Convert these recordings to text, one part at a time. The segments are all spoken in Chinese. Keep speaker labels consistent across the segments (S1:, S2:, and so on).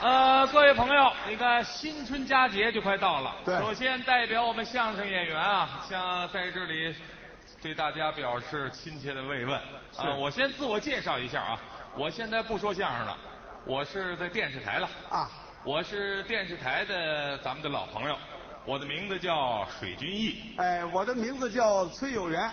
S1: 呃，各位朋友，那个新春佳节就快到了。
S2: 对
S1: 首先代表我们相声演员啊，向在这里对大家表示亲切的慰问。
S2: 是
S1: 啊，我先自我介绍一下啊，我现在不说相声了，我是在电视台了，
S2: 啊，
S1: 我是电视台的咱们的老朋友，我的名字叫水军义，
S2: 哎，我的名字叫崔永元，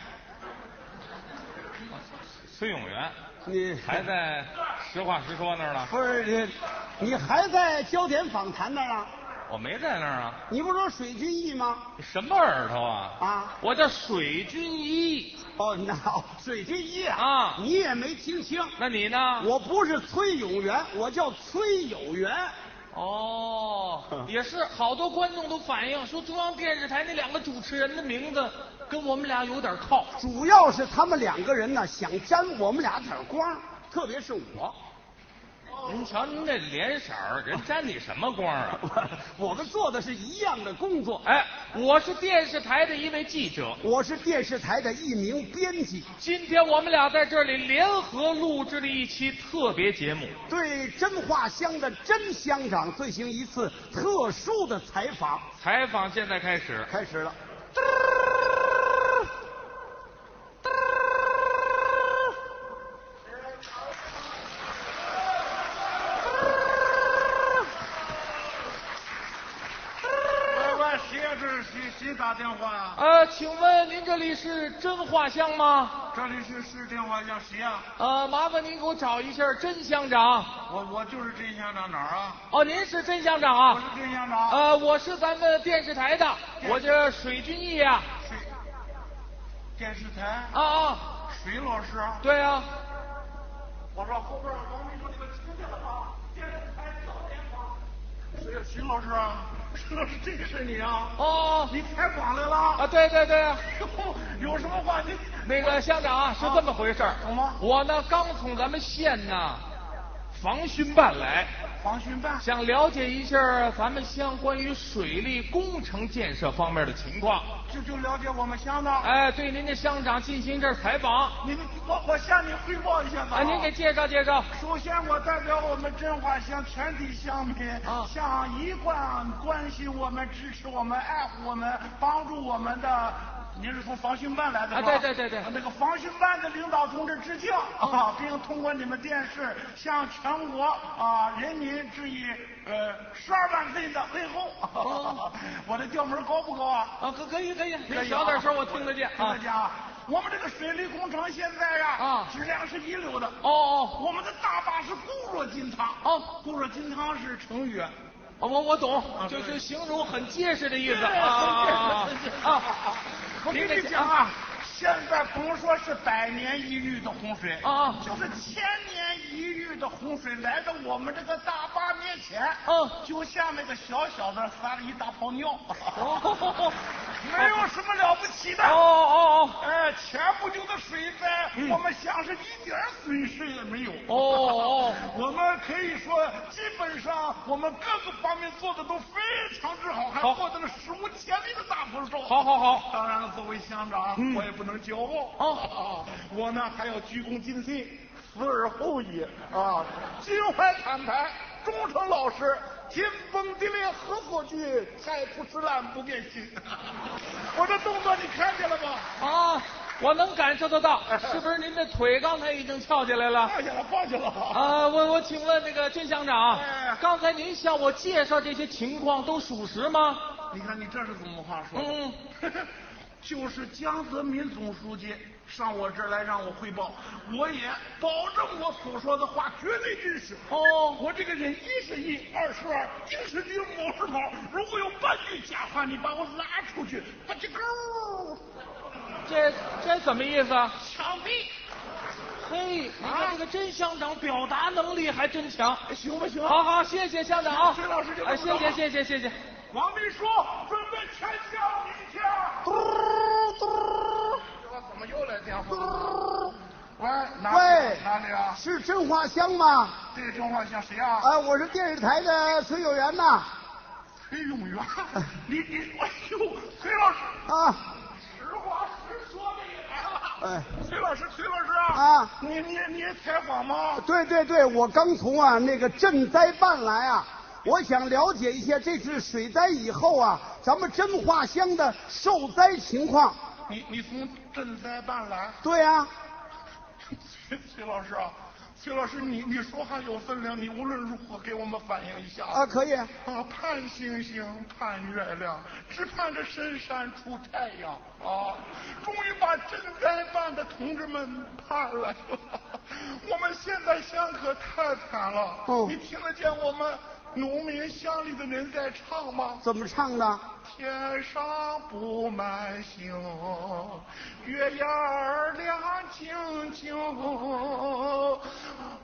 S1: 崔永元，
S2: 你
S1: 还在实话实说那儿了？
S2: 不是你，你还在焦点访谈那儿啊？
S1: 我没在那儿啊，
S2: 你不是说水军艺吗？
S1: 你什么耳朵啊？
S2: 啊，
S1: 我叫水军一。
S2: 哦，那哦水军艺
S1: 啊
S2: 你也没听清，
S1: 那你呢？
S2: 我不是崔永元，我叫崔有元。
S1: 哦
S2: 哼，
S1: 也是，好多观众都反映说，中央电视台那两个主持人的名字跟我们俩有点靠。
S2: 主要是他们两个人呢，想沾我们俩点儿光，特别是我，
S1: 您瞧您这脸色儿，人沾你什么光啊？
S2: 我们做的是一样的工作。
S1: 哎，我是电视台的一位记者，
S2: 我是电视台的一名编辑，
S1: 今天我们俩在这里联合录制了一期特别节目。
S2: 对真话乡的真乡长进行一次特殊的采访。
S1: 采访现在开始，
S2: 开始了，
S3: 乖乖，谁呀？这是谁？谁打电话呀？
S1: 呃，请问您这里是真话乡吗？
S3: 这里是市电话叫啊谁呀？
S1: 呃，麻烦您给我找一下真乡长。
S3: 我我就是真乡长哪儿啊？
S1: 哦，您是真乡长
S3: 我
S1: 啊？
S3: 是真乡长。
S1: 呃，我是咱们电视台的，我叫水军义啊。
S3: 谁？电视台
S1: 啊啊，
S3: 水老师。
S1: 对啊，
S3: 我说后边王秘书，你们听见了吗？电视台找电话。谁呀？徐老师啊？徐老师，这个是你啊？呃
S1: 哦
S3: 你采访来
S1: 啊，
S3: 了？
S1: 对对对啊，
S3: 有什么话你？
S1: 那个乡长啊，是这么回事儿。
S3: 怎么
S1: 我呢刚从咱们县呢防汛办来，
S3: 防汛办。
S1: 想了解一下咱们乡关于水利工程建设方面的情况。
S3: 就就了解我们乡的。
S1: 哎，对您这乡长进行一阵采访，
S3: 你们我我向你汇报一下吧。
S1: 啊，您给介绍介绍。
S3: 首先，我代表我们真华乡全体乡民，
S1: 啊
S3: 向一贯关心我们、支持我们、爱护我们、帮助我们的，您是从防汛办来的吗？
S1: 啊对对对对
S3: 那个防汛办的领导同志致敬啊，并通过你们电视向全国啊人民致以呃十二万分的问候。
S1: 哦
S3: 我的调门高不高啊？
S1: 啊，可可以可以，您
S3: 可以啊
S1: 小点声，我听得见
S3: 大
S1: 啊。
S3: 家，我们这个水利工程现在呀、
S1: 啊
S3: 质量是一流的。
S1: 哦哦
S3: 我们的大坝是固若金汤。
S1: 哦，
S3: 固若金汤是成语。
S1: 哦，我我懂，
S3: 啊对
S1: 就是形容很结实的意思
S3: 对
S1: 啊
S3: 很结实
S1: 啊啊！
S3: 我跟你讲啊，现在甭说是百年一遇的洪水，
S1: 啊
S3: 就是千年一遇的洪水来到我们这个大坝面前，
S1: 嗯
S3: 就像那个小小的撒了一大泡尿，
S1: 哦
S3: 没有什么了不起的。
S1: 哦嗯哦哦
S3: 哎，前不久的水灾，我们乡是一点儿损失也没有。
S1: 哦哦，
S3: 我们可以说，基本上我们各个方面做的都非常之好，还
S1: 好
S3: 获得了史无前例的大丰收。
S1: 好嗯好好，
S3: 当然了，作为乡长，我也不能骄傲。
S1: 哦
S3: 我呢还要鞠躬尽瘁，死而后已啊！襟怀坦白，忠诚老实，天崩地裂何所惧？菜不吃烂不变心。 我这动作你看见了吗？
S1: 啊！我能感受得到，是不是您的腿刚才已经翘起来了？
S3: 放下了，放下了。
S1: 啊，我我请问那个甄乡长
S3: 哎，
S1: 刚才您向我介绍这些情况都属实吗？
S3: 你看你这是怎么话说的？
S1: 嗯，
S3: 就是江泽民总书记上我这儿来让我汇报，我也保证我所说的话绝对真实。
S1: 哦
S3: 我这个人一是一，二是二，一是一，卯是卯。如果有半句假话，你把我拉出去，把这勾
S1: 这这怎么意思啊？
S3: 枪毙，
S1: 嘿，你
S3: 啊
S1: 看这个甄乡长表达能力还真强。
S3: 行不行？
S1: 好好，谢谢乡长啊！
S3: 崔老师就这么
S1: 哎，谢
S3: 着
S1: 谢谢谢谢谢。
S3: 王秘书，准备全校鸣枪。嘟嘟，我怎么又来电话了？喂，哪里
S2: 喂
S3: 哪里啊？
S2: 是真话乡吗？
S3: 这个电话像谁啊？
S2: 啊，我是电视台的崔有元呐。
S3: 崔哎永元， 你你，哎呦，崔老师，
S2: 啊，
S3: 实话实说的也来了。
S2: 哎，
S3: 崔老师，崔老师啊，
S2: 啊
S3: 你你你采访吗？
S2: 对对对，我刚从啊那个赈灾办来啊，我想了解一下这次水灾以后啊，咱们真化乡的受灾情况。
S3: 你你从赈灾办来，
S2: 对呀、
S3: 崔崔老师啊，崔老师，你你说话有分量，你无论如何给我们反映一下
S2: 啊，可以。
S3: 啊，盼星星，盼月亮，只盼着深山出太阳啊！终于把赈灾办的同志们盼来了。 我们现在乡可太惨了，
S2: 哦
S3: 你听得见我们农民乡里的人在唱吗？
S2: 怎么唱的？
S3: 天上布满星，月牙儿亮晶晶，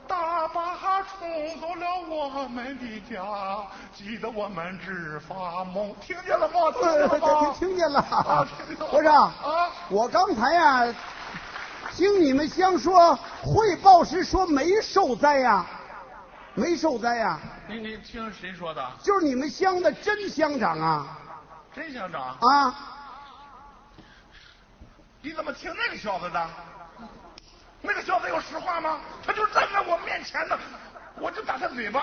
S3: 大巴冲走了我们的家，急得我们直发懵。听见了吗？听见 了吗？
S2: 呃听见了
S3: 啊听见了，
S2: 不是
S3: 啊
S2: 我刚才呀、听你们乡说汇报时说没受灾呀、没受灾呀、
S3: 你你听谁说的？
S2: 就是你们乡的真乡长啊
S3: 甄乡长，
S2: 啊！
S3: 你怎么听那个小子的？那个小子有实话吗？他就站在我面前呢，我就打他嘴巴。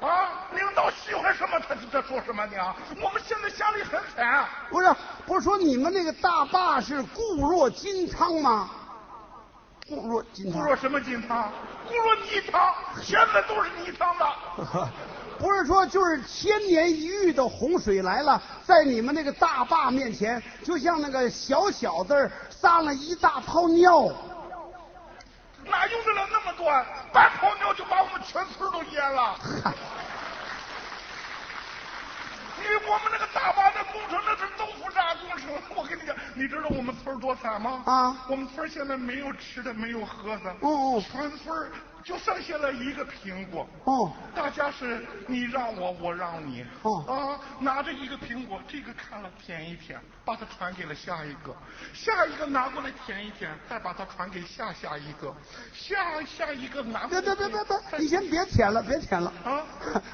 S3: 啊，领导喜欢什么，他就他说什么你啊！我们现在家里很惨啊。
S2: 不是，不是说你们那个大坝是固若金汤吗？固若金
S3: 顾
S2: 汤，
S3: 若 什么金汤？顾若泥汤，现在都是泥汤了。
S2: 不是说就是千年一遇的洪水来了，在你们那个大坝面前，就像那个小小子儿撒了一大泡尿。
S3: 哪用得了那么多啊？半泡尿就把我们全村都 淹了。
S2: 嗨
S3: 因为我们那个大坝那工程那是豆腐渣工程，我跟你讲，你知道我们村儿多惨吗？
S2: 啊
S3: 我们村儿现在没有吃的，没有喝的，
S2: 哦哦
S3: 全村儿就剩下了一个苹果。
S2: 哦，
S3: 大家是你让我，我让你，
S2: 哦
S3: 啊，拿着一个苹果，这个看了舔一舔，把它传给了下一个，下一个拿过来舔一舔，再把它传给下下一个，下下一个拿
S2: 别
S3: 过
S2: 别
S3: 来
S2: 别
S3: 舔，
S2: 别别，
S3: 再
S2: 你先别舔了，别舔了。
S3: 啊！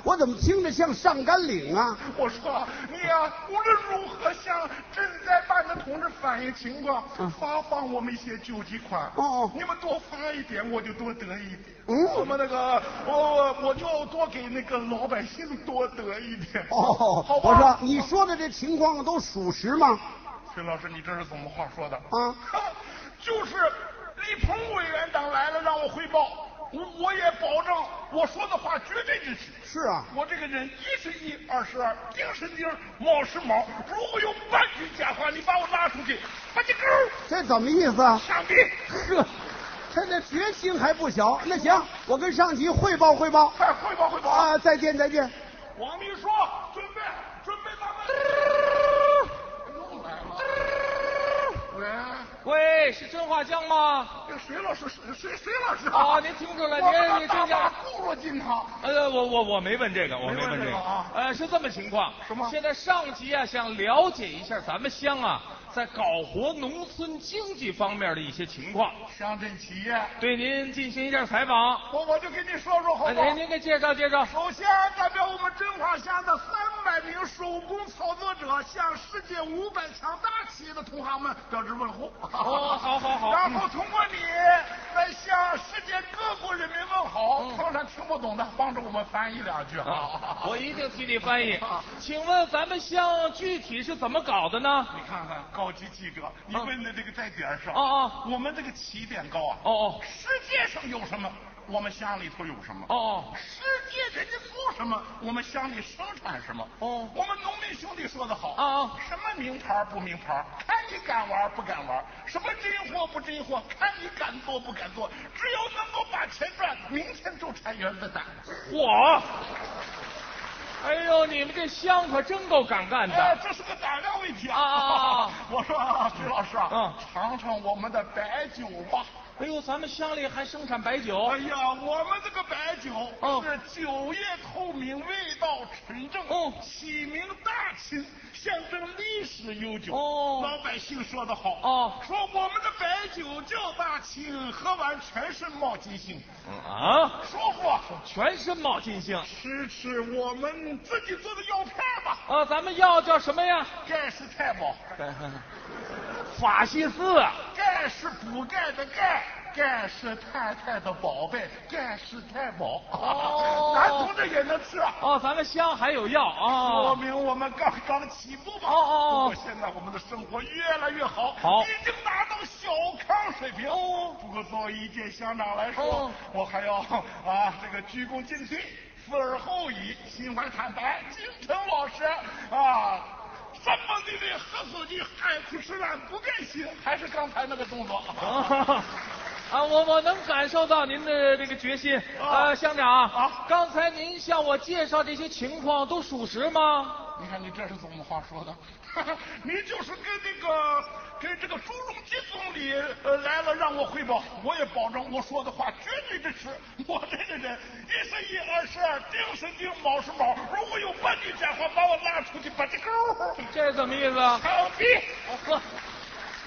S2: 我怎么听着像上甘岭啊？
S3: 我说啊你呀、无论如何向赈灾办的同志反映情况，
S2: 嗯
S3: 发放我们一些救济款。
S2: 哦哦
S3: 你们多发一点，我就多得一点。
S2: 嗯
S3: 我们那个，我我就多给那个老百姓多得一点。
S2: 哦
S3: 好，吧。
S2: 我说你说的这情况都属实吗？
S3: 崔老师，你这是怎么话说的？
S2: 啊，
S3: 就是李鹏委员长来了，让我汇报，我我也保证我说的话绝对支持。
S2: 是啊，
S3: 我这个人一是一，二是二，丁是丁，卯是卯。如果有半句假话，你把我拉出去，把你狗
S2: 这怎么意思啊？
S3: 枪毙！
S2: 呵，他这决心还不小。那行，我跟上级汇报汇报。
S3: 快汇报汇报！
S2: 啊，再见再见。
S3: 王秘书，准备准备，咱们又来了。喂，
S1: 喂，是真话江吗？
S3: 这个谁老师？谁谁谁老师
S1: 啊，您听出来，您您听见？
S3: 固若金汤。
S1: 呃，我我我没问这个，我
S3: 没问
S1: 问
S3: 这个啊
S1: 呃，是这么情况。
S3: 什么
S1: 现在上级啊，想了解一下咱们乡啊，在搞活农村经济方面的一些情况，
S3: 乡镇企业，
S1: 对您进行一下采访。
S3: 我我就跟你说说好
S1: 哎，
S3: 不好？
S1: 您您给介绍介绍。
S3: 首先，代表我们真华乡的三百名手工操作者向世界五百强大企业的同行们表示问候。
S1: 哦好好好
S3: 然后通过你，再向世界各国人民问好。碰上听不懂的，帮着我们翻译两句啊。
S1: 我一定替你翻译。请问咱们乡具体是怎么搞的呢？
S3: 你看看高级记者，你问的这个在点儿上。
S1: 哦哦
S3: 我们这个起点高啊。
S1: 哦哦
S3: 世界上有什么，我们乡里头有什么。
S1: 哦哦，
S3: 世界人家做什么，我们乡里生产什么。
S1: 哦
S3: 我们农民兄弟说的好
S1: 啊啊
S3: 什么名牌不名牌，看你敢玩不敢玩；什么真货不真货，看你敢做不敢做。只要能够把钱赚，明天就产原子弹。
S1: 我。哎呦，你们这乡可真够敢干
S3: 哎
S1: 的。，
S3: 这是个胆量问题
S1: 啊啊啊啊
S3: 我说啊，崔老师啊，
S1: 嗯
S3: 尝尝我们的白酒吧。
S1: 哎呦，咱们乡里还生产白酒
S3: 哎。呀，我们这个白酒
S1: 哦
S3: 是酒液透明，味道纯正，
S1: 哦
S3: 起名大秦，象征历史悠久。
S1: 哦
S3: 老百姓说得好，
S1: 哦
S3: 说我们的白酒叫大秦，喝完全身冒金星，
S1: 啊，
S3: 舒服。
S1: 全身冒金星。
S3: 吃吃我们自己做的药片吧，
S1: 啊，咱们药叫什么 呀？
S3: 钙是太保，
S1: 法西斯啊！
S3: 钙是补钙的钙，盖世太太的宝贝，盖世太保。
S1: 哦
S3: 男同志也能吃啊。
S1: 哦，咱们香还有药
S3: 说
S1: 啊！
S3: 明我们刚刚起步嘛。
S1: 哦哦哦
S3: 不过现在我们的生活越来越好，
S1: 好
S3: 已经达到小康水平。哦。不过作为一届乡长来说，
S1: 哦
S3: 我还要 啊这个鞠躬尽瘁，死而后已，心怀坦白。金城老师啊。三蹦地里喝死你，爱哭吃懒不甘心，还是刚才那个动作。
S1: 啊啊，我我能感受到您的这个决心。
S3: 啊
S1: 呃，乡长，
S3: 啊
S1: 刚才您向我介绍这些情况都属实吗？
S3: 你看你这是怎么话说的？ 你就是跟那个跟这个朱镕基总理呃来了让我汇报，我也保证我说的话绝对支持。我这个人一是一，二是二，丁是丁，卯是卯。如果有半句假话，把我拉出去，把这钩儿
S1: 这是什么意思啊？
S3: 枪毙！
S1: 呵，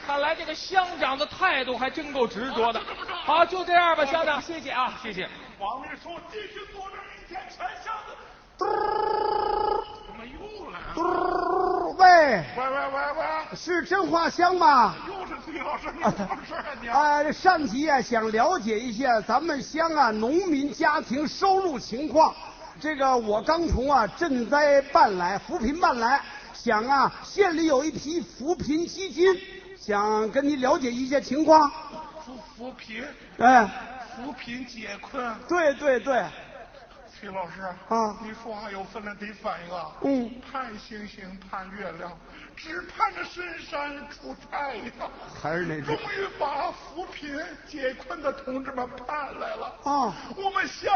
S1: 看来这个乡长的态度还真够执着的
S3: 啊就这么着。
S1: 好，就这样吧，乡长，谢谢啊，谢谢。
S3: 王秘书继续坐这儿一天，全箱子。怎么又来了？
S2: 喂，
S3: 喂喂喂 喂，
S2: 是真话香吗？
S3: 又是崔老师，你什么事儿啊你？
S2: 啊，这上级啊，想了解一下咱们乡啊农民家庭收入情况。这个我刚从啊赈灾办来，扶贫办来，想啊县里有一批扶贫基金，想跟您了解一下情况。
S3: 扶扶贫，
S2: 哎，
S3: 扶贫解困。
S2: 对对对，
S3: 崔老师
S2: 啊
S3: 你说话有分量，得反应啊。
S2: 嗯，
S3: 盼星星盼月亮，只盼着深山出太阳。
S2: 还是那种
S3: 终于把扶贫解困的同志们盼来了。
S2: 啊，
S3: 我们乡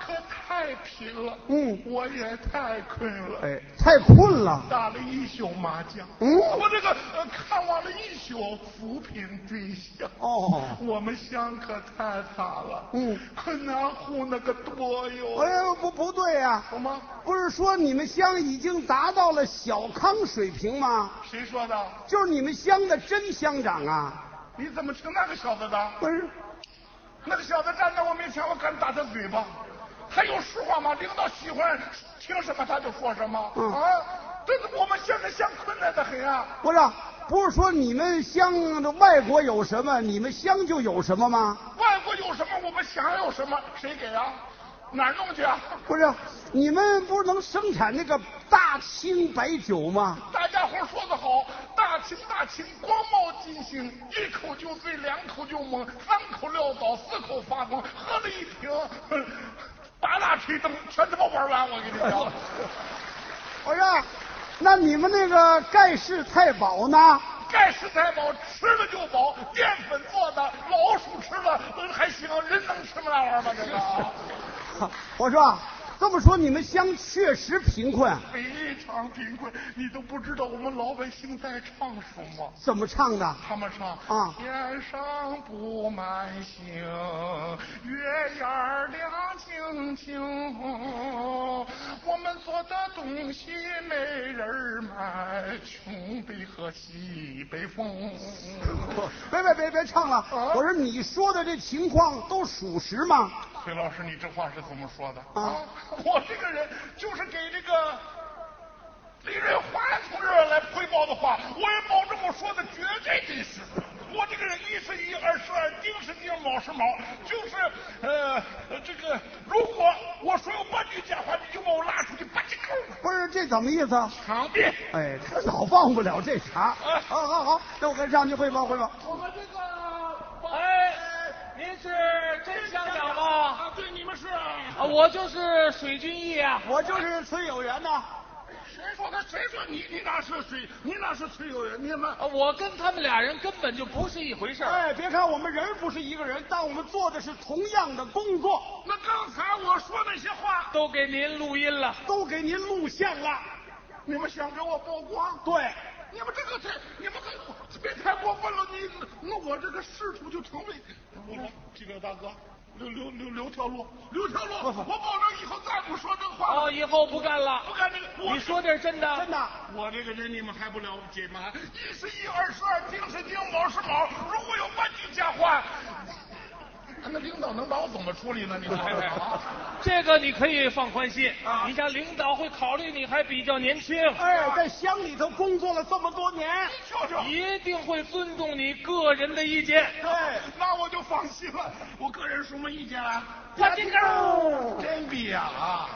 S3: 可太贫了，
S2: 嗯
S3: 我也太困了。
S2: 哎，太困了。
S3: 打了一宿麻将，
S2: 嗯
S3: 我这个、呃、看望了一宿扶贫对象。
S2: 哦，
S3: 我们乡可太惨了，
S2: 嗯，
S3: 困难户那个多哟。
S2: 哎呦，不不对呀、啊，
S3: 好吗？
S2: 不是说你们乡已经达到了小康水平吗？
S3: 谁说的？
S2: 就是你们乡的真乡长啊，
S3: 你怎么听那个小子的？
S2: 不是。
S3: 那个小子站在我面前，我敢打他嘴巴。还有实话吗？领导喜欢听什么他就说什么、
S2: 嗯
S3: 啊！这个我们现在像困难的很啊！
S2: 不是，不是说你们乡的外国有什么，你们乡就有什么吗？
S3: 外国有什么，我们想要什么，谁给啊？哪儿弄去啊？
S2: 不是，你们不是能生产那个大清白酒吗？
S3: 大家伙说得好，大清大清，光冒金星，一口就醉，两口就懵，三口撂倒，四口发疯，喝了一瓶， 哼八大吹灯全他妈玩完，我跟你讲。
S2: 不是，那你们那个盖世太保呢？
S3: 盖世太保吃了就饱，淀粉做的，老鼠吃了呃还行，人能吃吗那玩意儿吗？这个啊
S2: 我说，这么说你们乡确实贫困，
S3: 非常贫困，你都不知道我们老百姓在唱什么。
S2: 怎么唱的？
S3: 他们唱
S2: 啊
S3: 天上布满星，月牙儿亮晶晶。我们做的东西没人儿买，穷北和西北 风。
S2: 别别别别唱了！我说你说的这情况都属实吗？
S3: 崔老师，你这话是怎么说的？
S2: 啊，
S3: 我这个人就是给这个李瑞华同志来汇报的话，我也保证我说的绝对真实。我这个人一是一，二是二，丁是丁，卯是卯，就是呃，这个如果我说有半句假话，你就把我拉出去，把这扣
S2: 不是，这怎么意思啊？
S3: 枪毙。
S2: 哎，他老忘不了这茬。好好好，那我跟上去汇报汇报。
S3: 我们这个
S1: 哎，您是真乡长吗？
S3: 啊，对你们是
S1: 啊，我就是水军义啊。
S2: 我就是崔有元呐。
S3: 谁说的？谁说你？你哪是谁？你哪是崔友人？你们
S1: 啊我跟他们俩人根本就不是一回事儿。
S2: 哎，别看我们人不是一个人，但我们做的是同样的工作，
S3: 那刚才我说那些话，
S1: 都给您录音了。
S2: 都给您录像了。
S3: 你们想给我曝光？
S2: 对，
S3: 你们这个太，你们这别太过分了，你那我这个仕途就成为。我说这个大哥，留留留留条路，留条路，我保证以后再不说这个话了，
S1: 哦，以后不干
S3: 不
S1: 了。
S3: 干这个。我
S1: 你说这是真的？
S2: 真。的。
S3: 我这个人你们还不了解吗？一是一，二是二，丁是丁，卯是卯。如果有半句假话，那领导能把我怎么处理呢？你说
S1: 哎
S3: 说
S1: 哎
S3: 啊？
S1: 这个你可以放宽心
S3: 啊，
S1: 你家领导会考虑你还比较年轻，
S2: 哎，在乡里头工作了这么多年，
S3: 就是，
S1: 一定会尊重你个人的意见。
S3: 对，那我就放心了。我个人什么意见啊？
S1: 我这个
S3: 真比呀啊！